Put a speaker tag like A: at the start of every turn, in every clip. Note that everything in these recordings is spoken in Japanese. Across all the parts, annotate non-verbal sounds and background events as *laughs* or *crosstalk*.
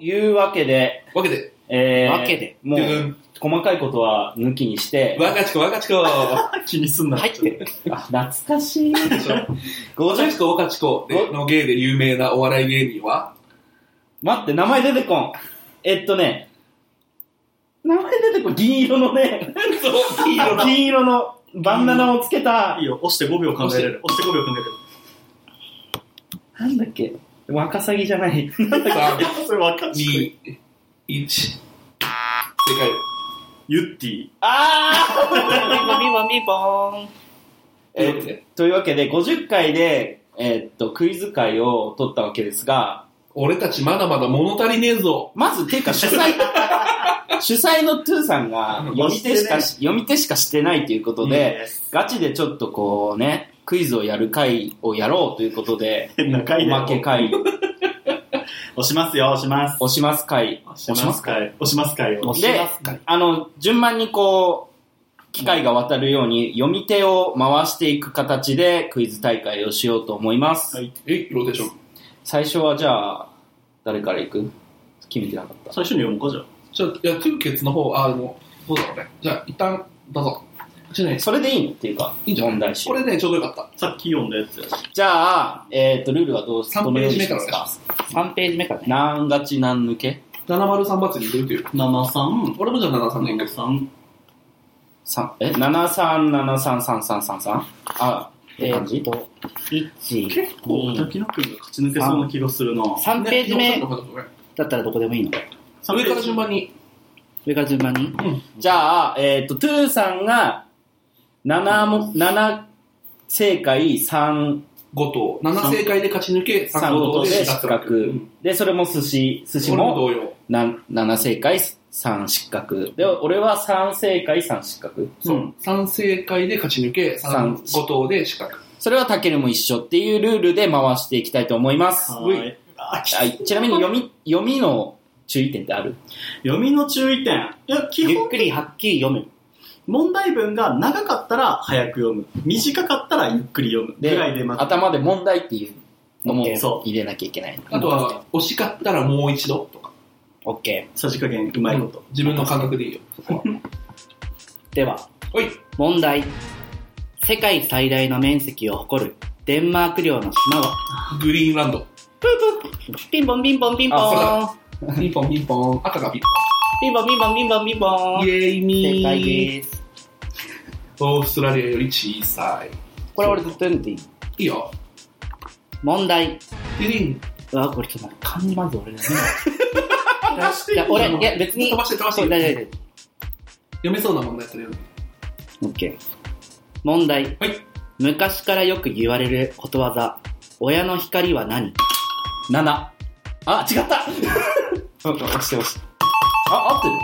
A: いうわけで、
B: わけで、
A: えー、
C: わけで
A: もう
B: ドゥ、ドゥン
A: 細かいことは抜きにして、
B: わかちこわか
C: *laughs*
B: ちこ。わ
C: 気にすんな。入ってる。
A: あ懐かしい。
B: か
A: 50
B: ちこわかちこでの芸で有名なお笑い芸人は
A: 待って、名前出てこん。えっとね、名前出てこん。銀色のね、
B: そう、いいよな。
A: 銀色のバンダナをつけた
C: いい、よ、押して5秒考えれる。押して5秒考
A: なんだっけ、ワカサギじゃない。
C: えれる。それ分かっちゃう。
B: 2、1。正解。
C: ユッティ。
A: *laughs* あー
C: ビボビボビボーン。
B: というわけで
A: えーというわけで、50回で、えーっと、クイズ会を取ったわけですが、
B: 俺たちまだまだ物足りねえぞ。
A: まず、ていうか主
C: *laughs*
A: 催、主催のトゥーさんが読み手しかし、読み手しかしてないということで、ガチでちょっとこうね、クイズをやる会をやろうということで、
C: 変な回
A: お
C: だよ
A: まけ会、
C: 押しますよ、押します。
A: 押します会。
C: 押しますかい。押しますかいを。
A: で、あの、順番にこう、機会が渡るように読み手を回していく形でクイズ大会をしようと思います。
C: はい
B: え、ローテーション。
A: 最初はじゃあ、誰から行く決めてなかった。
C: 最初に読むかじゃあ
B: じゃあ、いや、トゥーケツの方、あ、でも、そうだろうね。じゃあ、一旦、どうぞ。じゃあね、
A: それでいいのっていうか、
B: いいんじゃない
A: 問題集
B: こ。れね、ちょうどよかった。
C: さっき読んだやつやし。
A: じゃあ、えっ、と、ルールはどう
B: 3
A: どの
B: ペ
A: よ
B: ー
A: う
B: ジ
A: に
B: 目
A: し
B: か
A: ま
B: ら
A: す
B: ね。
A: か
C: 3ページ目からね。
A: 何勝ち何抜け
B: 703罰に入れるという。
C: 73。
B: 俺もじゃあ73でいく。
C: 3。
A: 三え、七三七三三三三三あ、え
D: え
A: 感
D: ー
A: じ
D: っと、1、
C: 結構、滝野君が勝ち抜けそうな気がするな。
D: 3ページ目
B: ね
D: だったらどこでもいいの
B: 上から順番に。
D: 上から順番に
A: じゃあ、えっ、と、トゥーさんが、七も、七正解三
B: 5投。7正解で勝ち抜け、3
A: 三
B: 投
A: ごと
B: で
A: で
B: 脱
A: 失
B: 落
A: 格。。で、それも寿司、寿司
B: 俺も
A: も
B: 同様。
A: な七正解三失格。で、俺は三正解三失格。
C: うん。
B: 3正解で勝ち抜け、
A: 三
B: 5投で失格。
A: それはタケルも一緒っていうルールで回していきたいと思います。
C: はーい。あき
A: はい、ちなみに読み、読みの注意点ってある
C: 読みの注意点。いや、基
D: ゆっ
C: 本
D: く、りはっきり読む。
C: 問題文が長かったら早く読む。短かったらゆっくり読む。ぐ
A: で
C: らいでまた。
A: 頭で問題っていうのも
D: オッケー
C: そ
A: 入れなきゃいけない。
B: あとは、惜しかったらもう一度とか。
D: OK。
C: さじ加減うまいこと。
B: 自分の感覚でいいよ。
D: では、
B: おい、
D: 問題。世界最大の面積を誇るデンマーク領の島は
B: グリーンランド。
D: ピンポンピンポンピンポ
B: あ
D: ン。
B: ピンポンピンポン。赤がピン
D: ピンポンピンポンピンポンピンポ
B: ポン。イ
D: ン。
B: ェイミー。
D: 正解です。
B: オーストラリアより小さ
D: これ俺ずっと読んでいい
B: い。いいよ。
D: 問題。
B: ディリン。
D: うわ、これちょっと漢字まず俺だね。
C: 出して
D: いや、俺、い
C: い
D: や別に
B: 飛、ばして飛ばし
D: そう、
B: て。
D: 大丈夫大丈
B: 読めそうな問題それ読む。
D: 夫。OK。問題。
B: はい。
D: 昔からよく言われることわざ。親の光は何
A: 7。あ、違ったなんか押して押して。あ、合ってる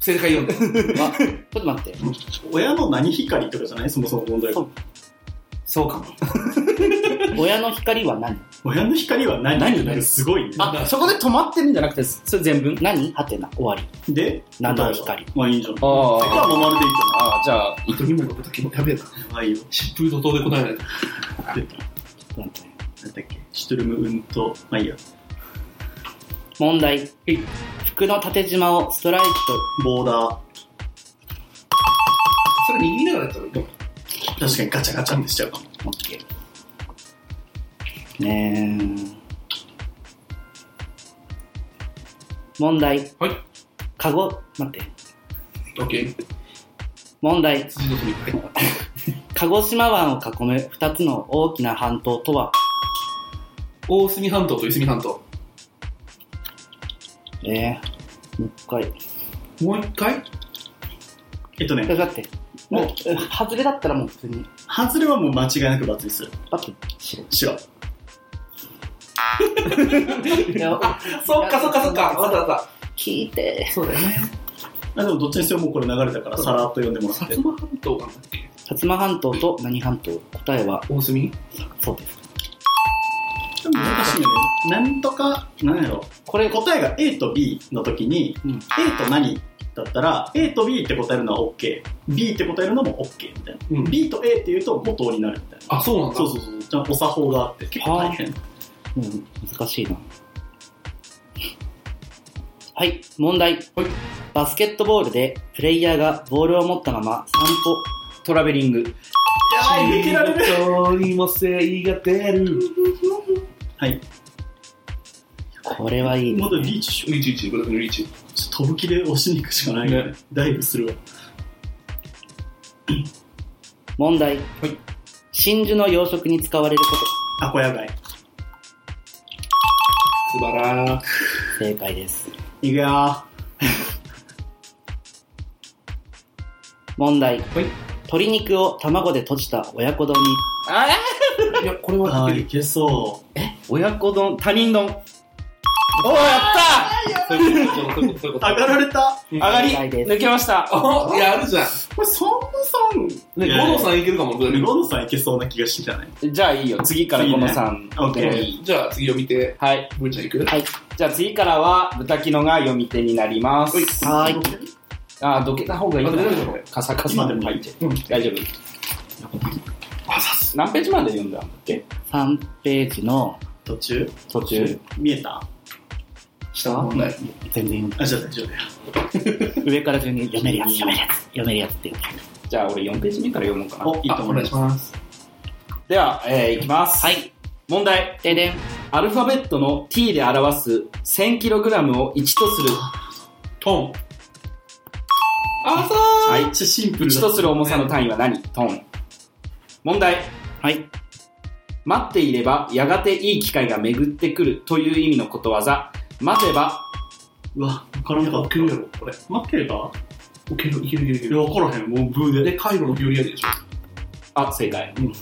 B: 正解読んで。
D: あ、ちょっと待って。
C: 親の何光とかじゃないそもそも問題
D: そ
C: 文
D: う。
B: そうかも。
D: *laughs* 親の光は何
C: 親の光は何
A: 何
C: ってすごいね。
A: あ、そこで止まってるんじゃなくて、それ全文
D: 何はてな、終わり。
C: で、
D: 何の
C: だ
D: 光
C: まあいいんじゃん。そこ
A: あー
C: はまるでいいと
A: あ、じゃあ、
B: 糸にもの時もやべえな。
C: 思う。はいよ。
B: 疾風怒涛で答えない。
C: で
D: ちょっと待ってね
C: なんだっけ、シュトゥルム・ウント、まあいいや、
D: 問題。服の縦縞をストライプ
C: ボーダー、
B: それ握りながらやったらいいかも。
C: 確かにガチャガチャってしちゃうかも。
D: と。オッケー。ねー問題。
B: はい。
D: かご、待って。
B: オッケー。
D: 問題。
B: 辻の組。はい。
D: 鹿児島湾を囲む二つの大きな半島とは、
B: 大隅半島と泉半島。
D: えー、もう一回。
B: もう一回
C: えっと
D: ちょ
C: ね、
D: っと待って。もう、え外れだったらもう普通に、
C: ハズレはもう間違いなく罰にする。
D: バッて、しろ。
C: 白。
D: いや
B: そっかそっかそっか。わざわざ。
D: 聞いて。
B: そうだよね。
C: あでもどっちにせよもうこれ流れたから、さらっと読んでもらっ
B: 薩
C: て。
B: 摩半島なんだっけ
D: 薩摩半島と何半島答えは、
B: 大隅
D: そうです。
C: 難しいんだけど、なんとか、なんやろ。
D: これ、
C: 答えが A と B の時に、
D: うん
C: A と何だったら、A と B って答えるのは OK。B って答えるのも OK みたいな。
B: うん
C: B と A って言うと元になるみたいな。
B: あ、そうなんだ。
C: そうそうそう。じゃあ、お作法があって、結構大変。
D: うん、難しいな。
A: はい、問題。
B: はい
A: バスケットボールで、プレイヤーがボールを持ったまま散歩。
E: トラベリング。
C: やばい、できられる。
B: 人にも精が出る。
C: はい。
A: これはいい、ね
C: ま。だリーチしよ
B: リーチリーチ、これリーチ。
C: う。ちょっと飛ぶ気で押しに行くしかないね
B: ね。
C: ダイブするわ。
A: 問題。
B: はい
A: 真珠の養殖に使われるこ
C: あ、小屋街。
B: 素晴らしい。
A: と。正解です。
C: いくよー。
A: 問題。
B: はい
A: 鶏肉を卵で閉じた親子丼に。
E: あれ
B: いや、これ
C: あ
B: は
C: ー、
B: い
C: いけそ
E: 親子丼、他人丼。おー、やっ
B: ける。そういうこと、そういうこと、そういう
C: う。
B: こと。
C: 上がられた。
E: た上が
A: 正解
E: り、
A: です
E: 抜けました。
B: あ、やるじゃん。
C: これ、そんなさ
B: ね、
C: いやいや
B: 五郎さんいけるかも、これ
C: ん、ロドさんいけそうな気がしてきたね。
E: じゃあいいよ。次からこの3
C: 次ね
E: でもいい。
B: じゃあ次を見て、
E: はい。
B: ブーちゃんいく
A: はい。
E: じゃあ次からは、豚キノが読み手になります。
A: はーい。
E: あー、どけた方がいいかな
B: あ大丈夫これ。
E: カサカサ
C: 今でも入っちゃ
B: うん。
E: 大丈夫。
B: あさす。
E: 何ページまで読んだんだっけ
A: 3ページの
C: う。途中
E: 途中。
C: 見えた
B: 下問題。
A: 全然
C: あ、じゃあ大丈夫だよ。
A: 上から順に読めるやつ、読めるやつ、読めるやつっていう。
E: じゃあ俺4ページ目から読もうかな。
C: お、いい
B: あ、
C: と
B: お
C: 思い
B: 願い
C: ます
B: し。ます。
E: では、えー、いきます。
A: はい。
E: 問題。
A: ででん。
E: アルファベットの t で表す 1000kg を1とする。
B: トン。
E: あそうは
C: め
E: い
C: っ。ちゃシンプル
E: 1
C: だ
E: と。する重さの単位は何トン。問題。
A: はい。
E: 待っていればやがていい機会が巡ってくるという意味のことわざ。待てば、
C: うわ、わからんかっ
B: 置
C: た
B: け。るやろ、これ。
C: 負ければ
B: 置ける、いけるいけるいけ
C: いや、
B: る。
C: わからへん。もうブーで。
B: で、カイロのフューリアでしょ。
E: あ、正解。
B: う
A: *laughs*
B: ん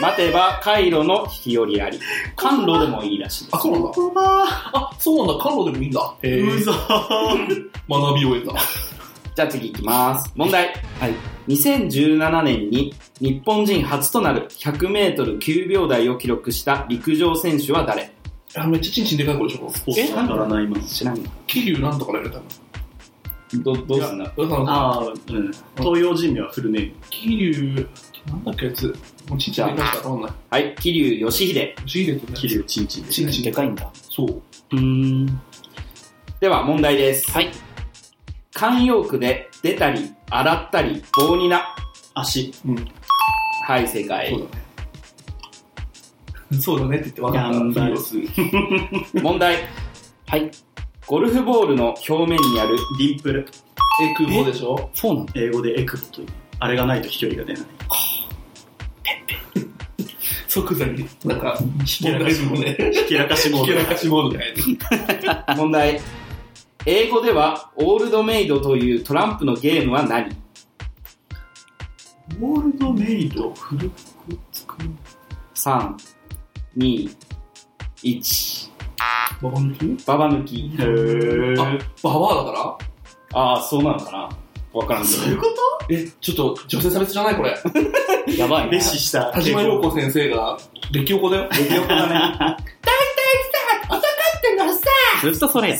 E: 待てば、カイロの日和あり。甘露でもいいらしいで
B: あ、そうなんだ。
C: 言葉
B: あ、そうなんだ。カイロでもいいんだ。へ
C: う
B: ー
C: ざー。
B: 学びを得た。
E: す。じゃあ次行きます。問題。
A: はい。
E: 2017年に日本人初となる100メートル9秒台を記録した陸上選手は誰
B: あ、めっちゃチンチンでかい子でしょ。
C: おわからない今。
E: 知らん
B: 桐生なんとかだよね、多分。
E: ど、どうすん
B: い
E: だ
B: やうん
C: ああ、うん。東洋人名はフルネーム。
B: 桐生、なんだっけ、やつ。もうチンチンでかいしかわかんない。
E: はい。桐生義秀。
B: 不思議でね。
C: キリュウチンチンで。
B: チンチン
A: でかいんだ。
B: そう。
A: うーん。
E: では問題です。
A: はい。
E: 慣用句で出たり、洗ったり、棒にな。
C: 足。い
B: うん。
E: はい、正解
B: そ。うだね。そうだねって言って分か
C: 頑
B: った。
C: 張る
B: フリーをする。
E: 問題。
A: はい。
E: ゴルフボールの表面にある、
C: ディンプル。
B: え、空港でしょ
A: そうなんだ。
C: 英語でエクボという。あれがないと飛距離が出ない。
B: 即座に。なんか、
C: ひ
B: 問題もね。
C: ひけらかしモ
B: ひけ
C: ー
B: らかしモードで入ってる。
E: 問題。英語では、オールドメイドというトランプのゲームは何
C: ド。オールドメイド、古く作る。
E: ?3、2、1。
B: ババ抜き
E: ババ抜き。
C: へぇ
B: あ、ババアだか
E: ああ、そうなのかなわからん
C: *laughs*
E: け
C: そうい
E: ど。
C: うこ
B: らえ、ちょっと女性差別じゃないこれ。
A: やば
C: と
A: い
C: 蔑
A: ね。
C: 視した。
B: 田島陽子先生が、出来おこだよ。出来おこだね。
A: ずっとそれや。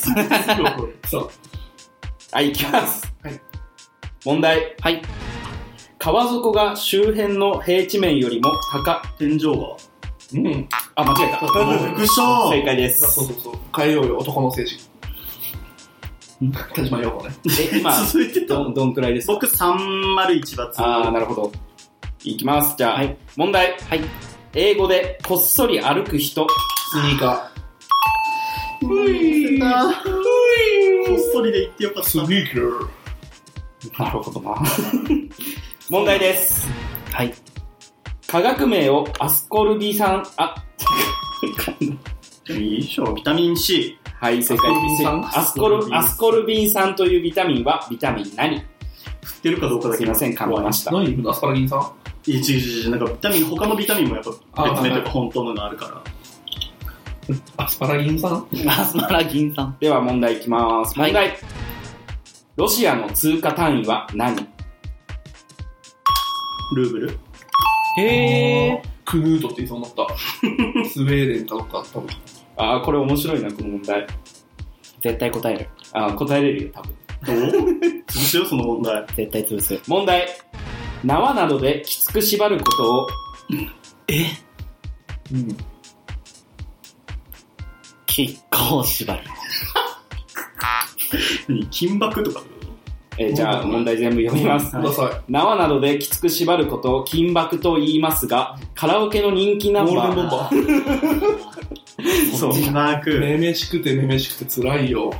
B: そう。
E: はい、いきます。
B: はい
E: 問題。
A: はい。
E: 川底が周辺の平地面よりも高。
C: 天井川。
B: うん。
E: あ、間違えた。
C: 副賞
E: 正解で
B: そう
E: す
B: そ。うそう。変えようよ、男の精神。田島陽子ね。
C: *laughs*
E: え、今、
C: 続いてた。
E: どん、どんくらいですか
C: 僕301罰。
E: ああ、なるほど。いきます。じゃあ、
A: はい
E: 問題。
A: はい。
E: 英語で、こっそり歩く人。
B: スニーカ
C: ふいなふいこっそりで言ってよかっ
B: ー。
C: た。
B: スニーカー。
E: なるほどな。 *laughs* 問題です。
A: はい。
E: 科学名をアスコルビ酸、あ、
C: いいでしょ。ビタミン C。
E: はい、正解です。ア
B: ア
E: ス
B: ス
E: コ
B: コルビ
E: ル、
B: ン酸
E: アスコルビン酸というビタミンは、ビタミン何
C: 振ってるかどうかだ
E: す
C: け
E: いません、噛みま
C: し
E: した。
B: 何今のアスパラギンさん
C: た。いや違う違う違う。なんかビタミン、他のビタミンもやっぱ別名とか本当のがあるから。
B: アスパラギンさん
C: *laughs*
A: アスパラギンさん。
E: では問題いきます。
A: は
E: 問
A: い
E: 題。ロシアの通貨単位は何
C: ルーブル
A: へー。
B: クヌートって言いそうになった。 *laughs* スウェーデンかどっか、多分。
E: あーこれ面白いな、この問題。
A: 絶対答える。
E: あー答えれるよ、多分。
C: どう潰せよ、その問題。
A: 絶対潰す。
E: 問題。縄などできつく縛ることを、
B: うん。
A: キッカを縛る。
C: 何金箔とか
E: えーじゃあ問題全部読みます
B: く。ださい。
E: 縄などできつく縛ることを金箔と言いますが、カラオケの人気ナン
B: ゴール
E: バ
B: デンボ
E: ー、
B: ンバ
E: そう。
C: 金
B: ー。
C: 箔
B: めめしくてめめしくて辛いよ。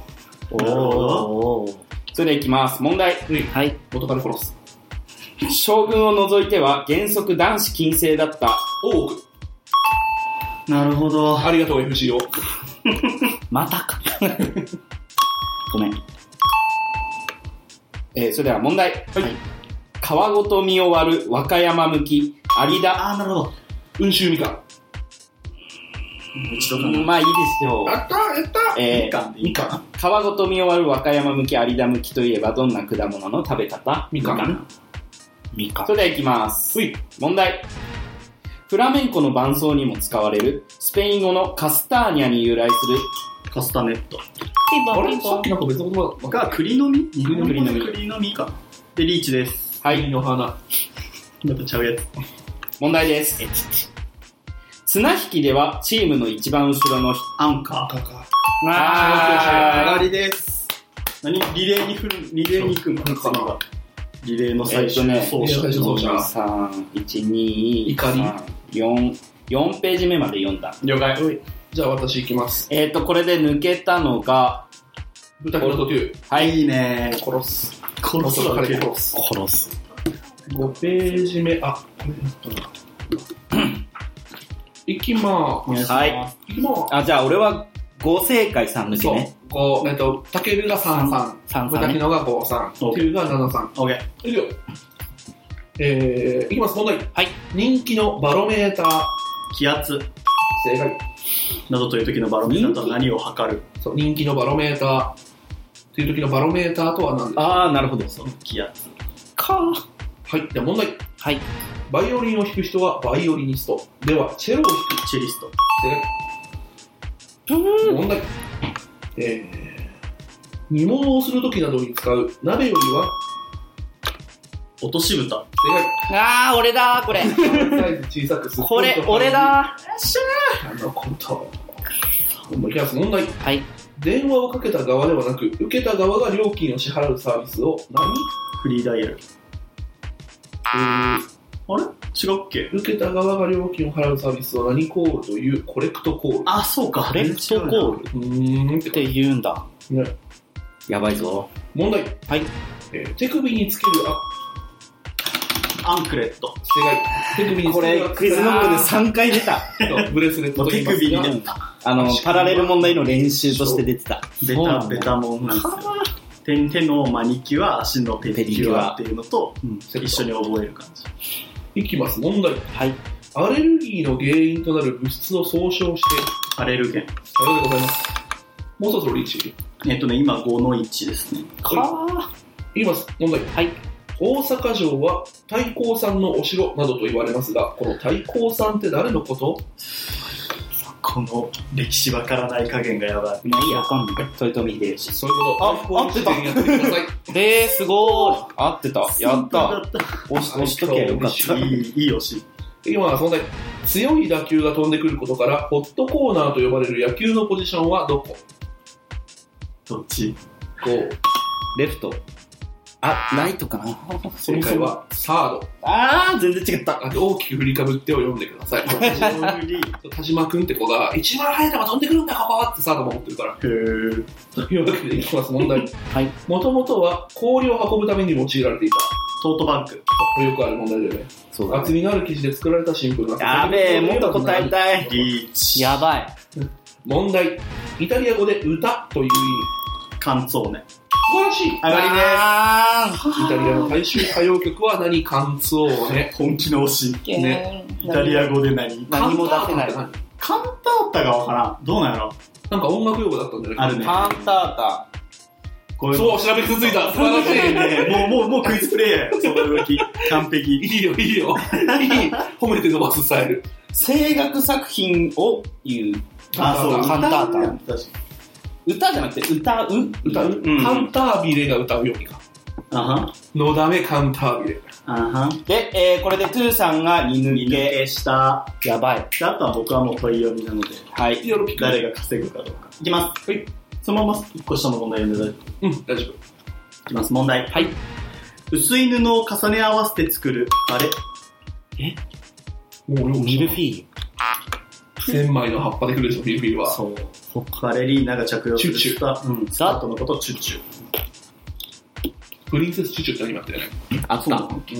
A: お
C: なるほ
A: ー。
E: それでいきます。問題。
A: はい。
B: 元カレ殺す。
E: 将軍を除いては原則男子禁制だった。
B: 多く。
C: なるほど
B: ありがとう FGO。
A: また
C: *laughs*
A: か。ごめん。
E: えーそれでは問題。
B: はい
E: 川ごと見終わる和歌山向き、有田。
C: ああなるほど
B: 温州みかん。
C: 一度かな
E: まあいいですよ。
B: やったやった
E: え
C: み
E: ー
C: かんでいいかな
E: 川ごと見終わる和歌山向き、有田向きといえばどんな果物の食べ方
B: みかん。
A: みかん
E: そ。れではいきます。
B: ほい
E: 問題。フラメンコの伴奏にも使われる、スペイン語のカスターニャに由来す
C: カスタネット
B: あれさっきなんか別の言葉
C: が栗の実
B: 栗の実
C: 栗の実栗の実かなでリーチです
E: る。は
B: 栗
E: い、
B: の花。
C: またちゃうやつ
E: 問題です。綱引きではチームの一番後ろの人。
C: アンカー
B: 高
C: 上
E: あ
C: が
E: ー
C: りです何リレーに振るリレーに行くん
B: そう
C: 次はリレーの
E: え
C: 最
E: っと
C: 初の
E: ね、
C: 走
B: リレーの最初
C: 者
B: の走者
E: 3、1、2、
B: 怒り
E: 3 4、4ページ目まで読んだ。
B: 了解。じゃあ私行きます。
E: えっ、と、これで抜けたのが、
B: 豚キノト9。
E: はい、
C: いいね
B: 殺す。
C: この人
B: 元カ
C: だ
B: レ
C: け
B: 殺す。
A: 殺す。
B: 5ページ目、あ、これだったな。いきまーす。
E: はい。
B: いきまーす。
E: あ、じゃあ俺は5正解3抜け
B: そう
E: ね。。
B: こう、えっと、たけるが三三、
A: 三
B: 豚
A: 三
B: キ
A: ね。
B: ノが五三、
C: そう
B: ていうが七三。
C: オッケー
B: いくよ。えー、いきます、問題。
A: はい。
B: 人気のバロメーター。
C: 気圧
B: 正解。
C: などという時のバロメーターとは何を測る
B: そう、人気のバロメーター。という時のバロメーターとは何ですか
E: あー、なるほど。
C: その気圧
A: か
B: はい、じゃあ問題。
A: はい。
B: バイオリンを弾く人はバイオリニスト。では、チェロを弾く。
C: チェリスト
B: 正解。
A: うーん
B: 問題。えー、煮物をするときなどに使う鍋よりは、
C: 落とし蓋
A: あー、俺だー、 *laughs* これ。
B: 正解。サイズ小さくすっ
A: こ
B: ぽり
A: れ
B: と、
A: 俺だ
B: あのこと。もう一回問題。
A: ー。はい。
B: 電話をかけた側ではなく、受けた側が料金を支払うサービスを何
C: フリーダイヤルあれ違うっけ
B: 受けた側が料金を払うサービスを何コールというコレクトコール。
C: あそうか
A: コレクトコール
B: うーんって
A: っ
B: か
A: て言うんだ。
E: やばいぞ。
B: 問題。
A: はい。
B: えー手首につける、あ、
C: アンクレット
B: 正解。手首につける。
E: これ、クイズノックで
B: で
E: 3回出た。 *laughs*
B: ブレスレットと言い
C: 手
B: ますが
C: 首に
E: ね
C: 出た
E: あの、パラレル問題の練習として出てた。
C: ベ
E: そう
C: タ
E: なんだ
C: ベタもんなんですよ手手のマニキュア足のペディキュアっていうのと
E: うん
C: 一緒に覚える感じ
B: いきます、問題。
A: はい。
B: アレルギーの原因となる物質を総称して、
C: アレルゲン
B: ありがとうございます。もうそろそろリーチ。
C: えっとね今5の1ですね
A: かー。
B: いきます、問題。
A: はい。
B: 大阪城は太閤さんのお城などと言われますが、この太閤さんって誰のこと
C: この歴史わからない加減がやばい
E: まあいいや、わかんない。豊臣秀吉。
B: そういうこと。
E: あ
B: 太閤にしてやってください。
A: えー、すごーい。
E: 合ってた。やった。押し押しときゃよかっ
B: あ
E: た
B: い。
C: いいいい推し
B: いきます、問題。強い打球が飛んでくることから、ホットコーナーと呼ばれる野球のポジションはどこ
C: どっち
B: ?5。
E: レフト。あ、ライトかな。
B: 正解はサード。
E: あー、全然違った。
B: あと大きく振りかぶってを読んでください。
E: *laughs*
C: ジョールリー
B: 田島くんって子が、一番速い球飛んでくるんだ、パパってサードも持ってるから。
C: へー
B: というわけでいきます、問題。
A: はい。
B: もともとは氷を運ぶために用いられていた。
C: トートバッグ
B: これよくある問題だよね。
E: そうだ、
B: 厚みのある生地で作られた新聞が。
E: やべえ、もっと答えたい。
C: リーチ
A: やばい。
B: 問題。イタリア語で歌という意味。
C: 乾燥ね
B: 素晴らしい
C: 上がりね
A: あ
B: イタリアの大衆歌謡曲は何カンツオーネ。
C: 本気の推し
A: ー。
C: ねイタリア語で何
A: 何も出せない
B: カンタータって
C: カンタータがわからんどうなんやろ
B: 何なんか音楽用語だったんじゃない
C: あるね
E: カンタータ。
C: こういうの
B: そう、調べ続いた。素晴らしい。
C: ねもう、もう、もうクイズプレイヤーよ、その動き。完
B: い
C: 璧。
B: いよ、いいよ。いい。褒めて伸ばすスタイル。
E: 声楽作品を言う。
C: あ、そう、
E: カンタータ
C: 歌うね確か
E: 歌じゃなくて、歌う
B: 歌う、
C: うん
B: カンタービレが歌うようにか。
C: に。あはん。
B: のだめカンタービレ。
C: あはん。
E: で、えー、これでトゥーさんが2
C: 見
E: 抜
C: 抜
E: け。
C: けした。
E: やばい。
C: であとは僕はもう問い読みなので、
E: はい。
B: ヨロピク。
C: 誰が稼ぐかどうか。いきます。
B: はい
C: そのまま1個下の問題読んで
B: う
C: い
B: ん、大丈夫。
C: きます。問題。
E: はい。
C: 薄い布を重ね合わせて作る、あれ。
B: もう
A: ミルフィーユ。
B: 千枚の葉っぱでくるでしょ、フィルフィルは。
C: そう。バレリーナが着用する
B: チュ
C: スタうん、スカートのことをチュチュ。
B: プリンセスチュチュってアニメあったよね。
E: あった。
C: い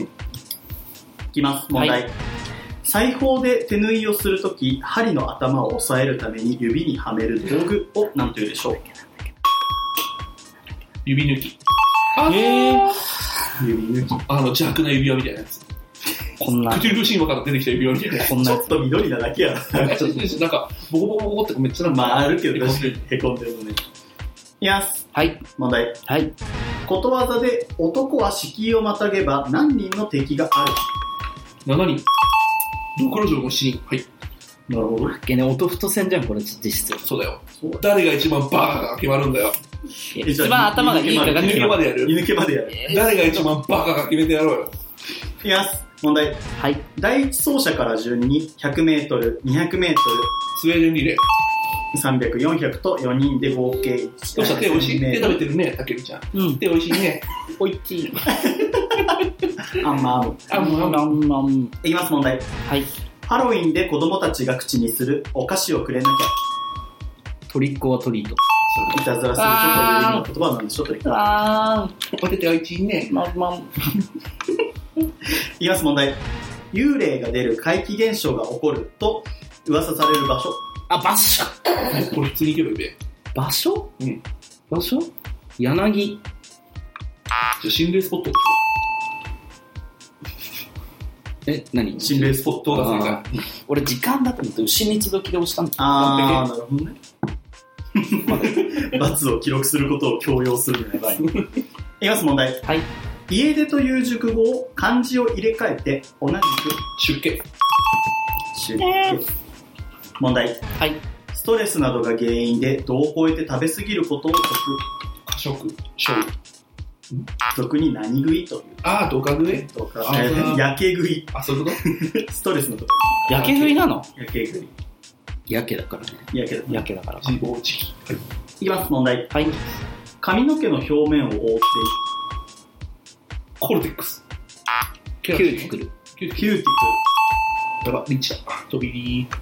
C: きます、問題。裁縫で手縫いをするとき、針の頭を押さえるために指にはめる道具を何と言うでしょう
B: 指抜き。あー
E: えー、
C: 指抜き。ち
B: あの、邪悪な指輪みたいなやつ。
A: こんな
B: ク、チュルル神話から出てきた指輪みたいなやつ。
A: こんな
C: ょ
A: や
C: っと緑なだけや
B: なん *laughs* かなんか、ボコボコボコってめっちゃな
C: な。
B: んか、
C: *laughs* まあ、あるけど、
B: へこ
C: 確
B: ん
C: か
B: で
C: に
B: る
C: 凹んでるね。いやす。
A: はい、
C: 問題。
A: はい。
C: ことわざで、男は敷居をまたげば何人の敵があ
B: 7人。ドクロ城の死人。はい、
C: る。なるほど。
A: けね、音太戦じゃん、これ、実質。
B: そうだよ
C: そう。
B: 誰が一番バカが決まるんだよ。
A: 一番頭がいいかが
B: 抜
A: 決
B: け
A: ま
B: ま
A: る。
B: でやる。
C: 見抜けまでやる。
B: 誰が一番バカが決めてやろうよ。
C: いやす。問題。
A: はい、
C: 第一走者から順に100メートル、200メートル、
B: スウェーデンリレー。
C: 300、400と4人で合計1
B: どうした手美味しい手食べてるね、たけみちゃん。
A: うん。
B: 手美味しいね。
A: おいちい。 *laughs*
C: あんまあんま
B: あ、もう、
A: な
B: あ
A: んなん。
C: いきます、問題。
A: はい、
C: ハロウィンで子供たちが口にするお菓子をくれなき
A: トリックオアトリート。
C: ゃいたずらする
A: あー
C: ちょっと有名な言葉なんでしょといか
A: あ
B: ポテトおいちいね。
A: ー、まんまん。
C: いきます問題幽霊が出る怪奇現象が起こると噂される場所
A: あ、場所
B: これ普通に行けばいいべ。
A: 場所
B: うん。
A: 場所柳。
B: じゃあ心霊スポット。
A: え、何
C: 心霊スポッ
B: どうだ、
C: ト
B: 正解
A: あ。俺、時間だと思って、牛三つ時で押したんだ。
C: あーなるほどね *laughs* 罰を記録することを強要するのや *laughs* ばいいきます問題
A: はい
C: 家出という熟語を漢字を入れ替えて同じく
B: 出家。
C: 出問題
A: はい
C: ストレスなどが原因で度を超えて食べ過ぎることを
B: 過食。小。
C: 俗俗に何食いという
B: あー、ドカ食え。
C: とか
B: あ、ー
C: やけ食い、
B: あ、そういうこと
C: ストレスのとこ
A: やけ食いなの
C: やけ食い。
A: やけだからね。
C: やけど。
A: やけだから。
B: 自暴自棄。はい。
C: いきます、問題。
A: はい。
C: 髪の毛の表面を覆っている
B: コルテックス。キ
A: キューティクル。
B: キューティ
C: キューティ
B: クル。やば、リッチだ。飛びリー。
C: ク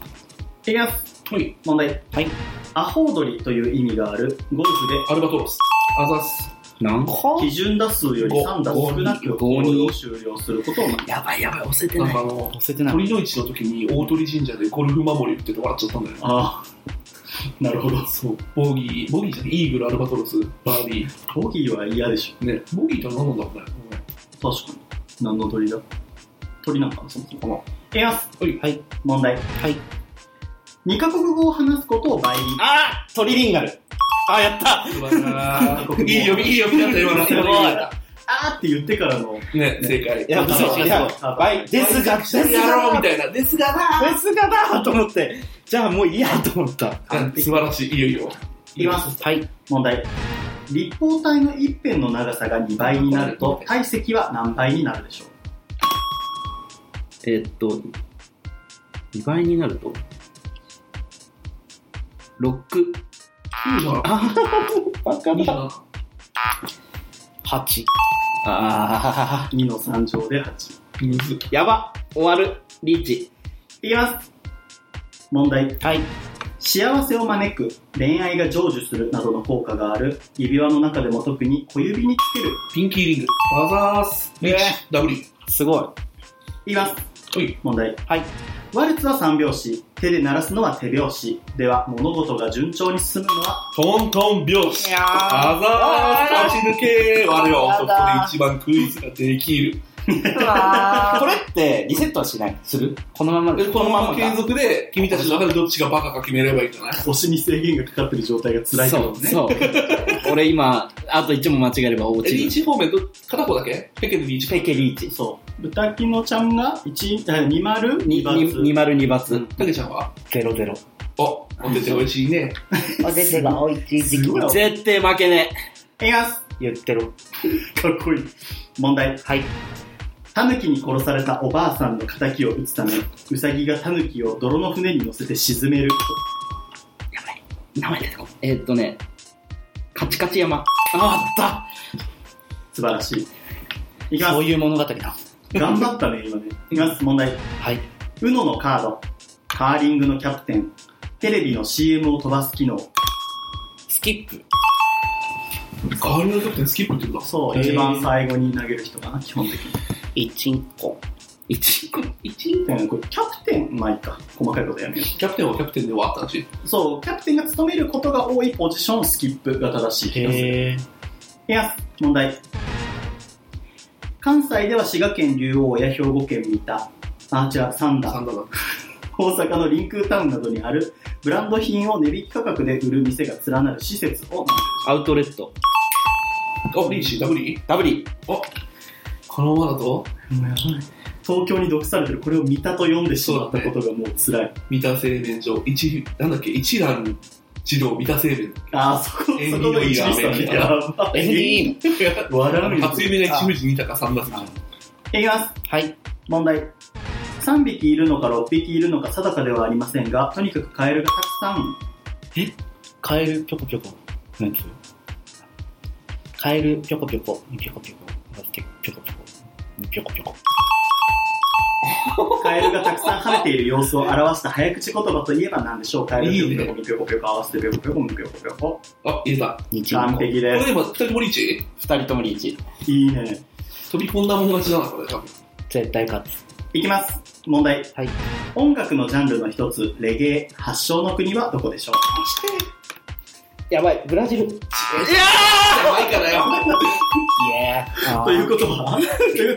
C: ル。いきます、
B: はい。
C: 問題。
A: はい。
C: アホ踊りという意味があるゴルフ
B: アルバトロス。アザス。
A: 何
C: で、
A: 個
C: 基準打数より
B: ご
C: 3打少なく
A: ご
C: ボールを終了することを学ぶ
A: やばいやばい、押せて
B: なん
A: ない
B: か。あの、
A: 押せてない。
B: 鳥の市の時に大鳥神社でゴルフ守りってとこあっちゃったんだよね。
C: ああ、 *laughs* なるほど。
B: そう。ボギー、ボギーじゃないイーグル、アルバトロス、バーディ
C: ボギーは嫌でし
B: ー。ね、ボギーって何なんだろうね。
C: ょ。確かに。何の鳥だ鳥なんかな、そもそ
B: ご
C: も。
B: めんこ
C: いきます、
B: はい
A: はい
C: 問題。
A: はい。
C: 2カ国語を話すことを倍に。
A: あートリリンガル。あー、やった
B: の。うわなぁ *laughs* いい読み、いい読みだった今の。
A: すご
C: あーって言ってからの。
B: ね、正解。
E: やった
A: そうそう
E: や
C: そう
E: バイですが、ですが
B: やろうみ
E: い
B: たいな。
A: ですがだですがだと思って、じゃあもういいやと思った。
B: 素晴らしい。いいよいいよ。
C: いきます。
A: はい。
C: 問題立方体の一辺の長さが2倍になると体積は何倍になるでしょう
A: えーっと、2倍になると、6、あ
E: な。バカ
B: いいじゃ
E: だ。
B: ん。
A: 8。あ
C: 2の3乗で8
B: むず。
A: ー、やば終わる。リーチ。
C: いきます問題
A: はい。
C: 幸せを招く恋愛が成就するなどの効果がある指輪の中でも特に小指につける
B: ピンキーリング。アザース。リッチ。ダブリ。
A: すごい。
C: いきます
B: はい。
C: 問題
A: はい。
C: ワルツは3拍子手で鳴らすのは手拍子では物事が順調に進むのは
B: トントン拍子。
A: や
B: あざーす、立ち抜け我は男で一番クイズができる。
E: これって、リセットはしないする
A: このままで
B: ですこのまま
E: か
B: 継続で、君たちの中でどっちがバカか決めればいいんじゃない
C: 腰に制限がかかってる状態が辛いけどね
A: そう、そう。
E: *laughs*
A: 俺今、あと1問間違えれば落
B: え、リ
A: ち
B: ー
A: る。
B: チ方面ど、片方だけペケのリーチ。
A: ペケリーチ。
C: そう豚キノちゃんが1 2丸2バツ
A: 202
C: う
A: 罰
C: ん。
B: たけちゃんは
A: 00。
B: お、お手手美味しいね。
A: お出てがおいちい
C: 時期
A: 絶対負けね
C: いきます
A: え。言ってろ。
C: かっこいい。問題。
A: はい。
C: タヌキに殺されたおばあさんの仇を討つため、ウサギがタヌキを泥の船に乗せて沈める。
A: 名前出てこないえーっとね、
E: カチカチ山。ああ
C: 素晴らしい。い
A: っ
C: き
A: た
C: ま
A: そういう物語だ。
C: す。頑張ったね、今ね。いきます、問題。
A: はい。
C: UNO のカード、カーリングのキャプテン、テレビの CM を飛ばす機能。
A: スキップ。
B: カーリングのキャプテンスキップって言うんだ。
C: そう、
A: へー
C: 一番最後に投げる人かな、基本的に。
A: 一チンコ。
B: 一個、一
C: でもこれキャプテン、まあいいか。細かいことやめよ
B: キャプテンはキャプテンではあったし。
C: う。そう、キャプテンが務めることが多いポジション、スキップが正しい気がする。
A: へえ。
C: いや、問題。関西では滋賀県竜王や兵庫県三田、あ、違う、三田、
B: 三段だ。
C: 大阪の臨空タウンなどにあるブランド品を値引き価格で売る店が連なる施設を、
E: アウトレット。
B: あ、リーシー、ダブリー
E: ダブリ。
B: このままだと、
C: 東京に毒されてる、これを三田と読んでしまったことがもう辛い。
B: 三田製麺所、一、なんだっけ、一蘭二郎三田製
E: *laughs*
B: 麺。
C: あー、そこ、そこ
B: 縁起
C: の
B: のいい
C: 一
B: ラ
C: リ
B: ー
C: スト
B: メン
C: ね。
B: みたいな
C: やば
A: え、
C: い。
A: いいの
C: 笑うよ。
B: 初夢が一富士二鷹三田
A: あ
B: さ
C: いきます。
A: はい。
C: 問題。3匹いるのか6匹いるのか定かではありませんが、とにかくカエルがたくさん、
A: カエルぴょこぴょこ。何カエルぴょこぴょこ。ぴょこぴょこ。ぴょこぴょこ。ぴょこぴょこ。
C: カエルがたくさん跳ねている様子を表した早口言葉といえば何でしょうカエル
B: いいね
C: ぴょこぴょこぴょこ合わせてぴょこぴょこぴょこぴょこ。
B: あ、入れた。
A: 二チン
C: 完
A: コ。
C: 璧
B: こ
C: で
B: れでも二人ともリーチ
E: 二人ともリーチ。
C: す。いいね。
B: 飛び込んだもん勝ちだな、これ多分。
A: 絶対勝つ。
C: いきます。問題。
A: はい
C: 音楽のジャンルの一つ、レゲエ、発祥の国はどこでしょう
A: やばい、ブラジル。イ
B: やばいからよ。
A: エー
C: ということは、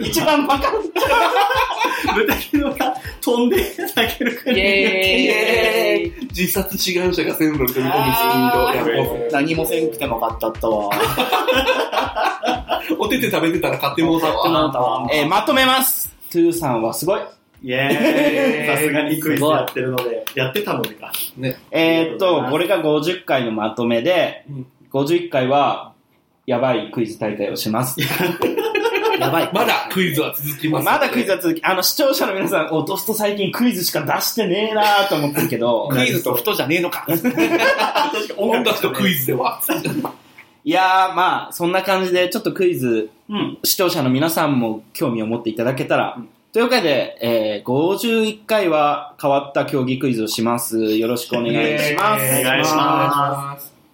E: 一番バカ
C: 豚犬が飛んで泣ける国。
A: イエーイ
B: 自殺志願者が線路に飛び込むスピードやも
A: 何もせんくても勝ったったわ。
B: う。お手手食べてたら勝手もうた
A: 勝手も
B: わ。
A: うたわ
E: *laughs* えーまとめます。トゥーさんはすごい。
C: イエーイさすがにクイ
A: す
C: ズ
A: ごい
C: やってるので、やってたのでか。
E: えーっと、
C: ありがとう
E: こ
C: ござ
E: れが50回のまとめで
B: うん、
E: 51回は、やばいクイズ大会をします。
A: やばい。
B: まだクイズは続きま。
E: ますだクイズは続き、あの、視聴者の皆さん、落とすと最近クイズしか出してねえなーと思ってるけど、
A: クイズと太じゃねえの
B: *laughs*
A: か。
B: 音楽とクイズでは。。
E: いやー、まあ、そんな感じで、ちょっとクイズ、
C: うん。
E: 視聴者の皆さんも興味を持っていただけたら、というわけで、えー、51回は変わった競技クイズをします。よろしくお願いします。
C: お願いします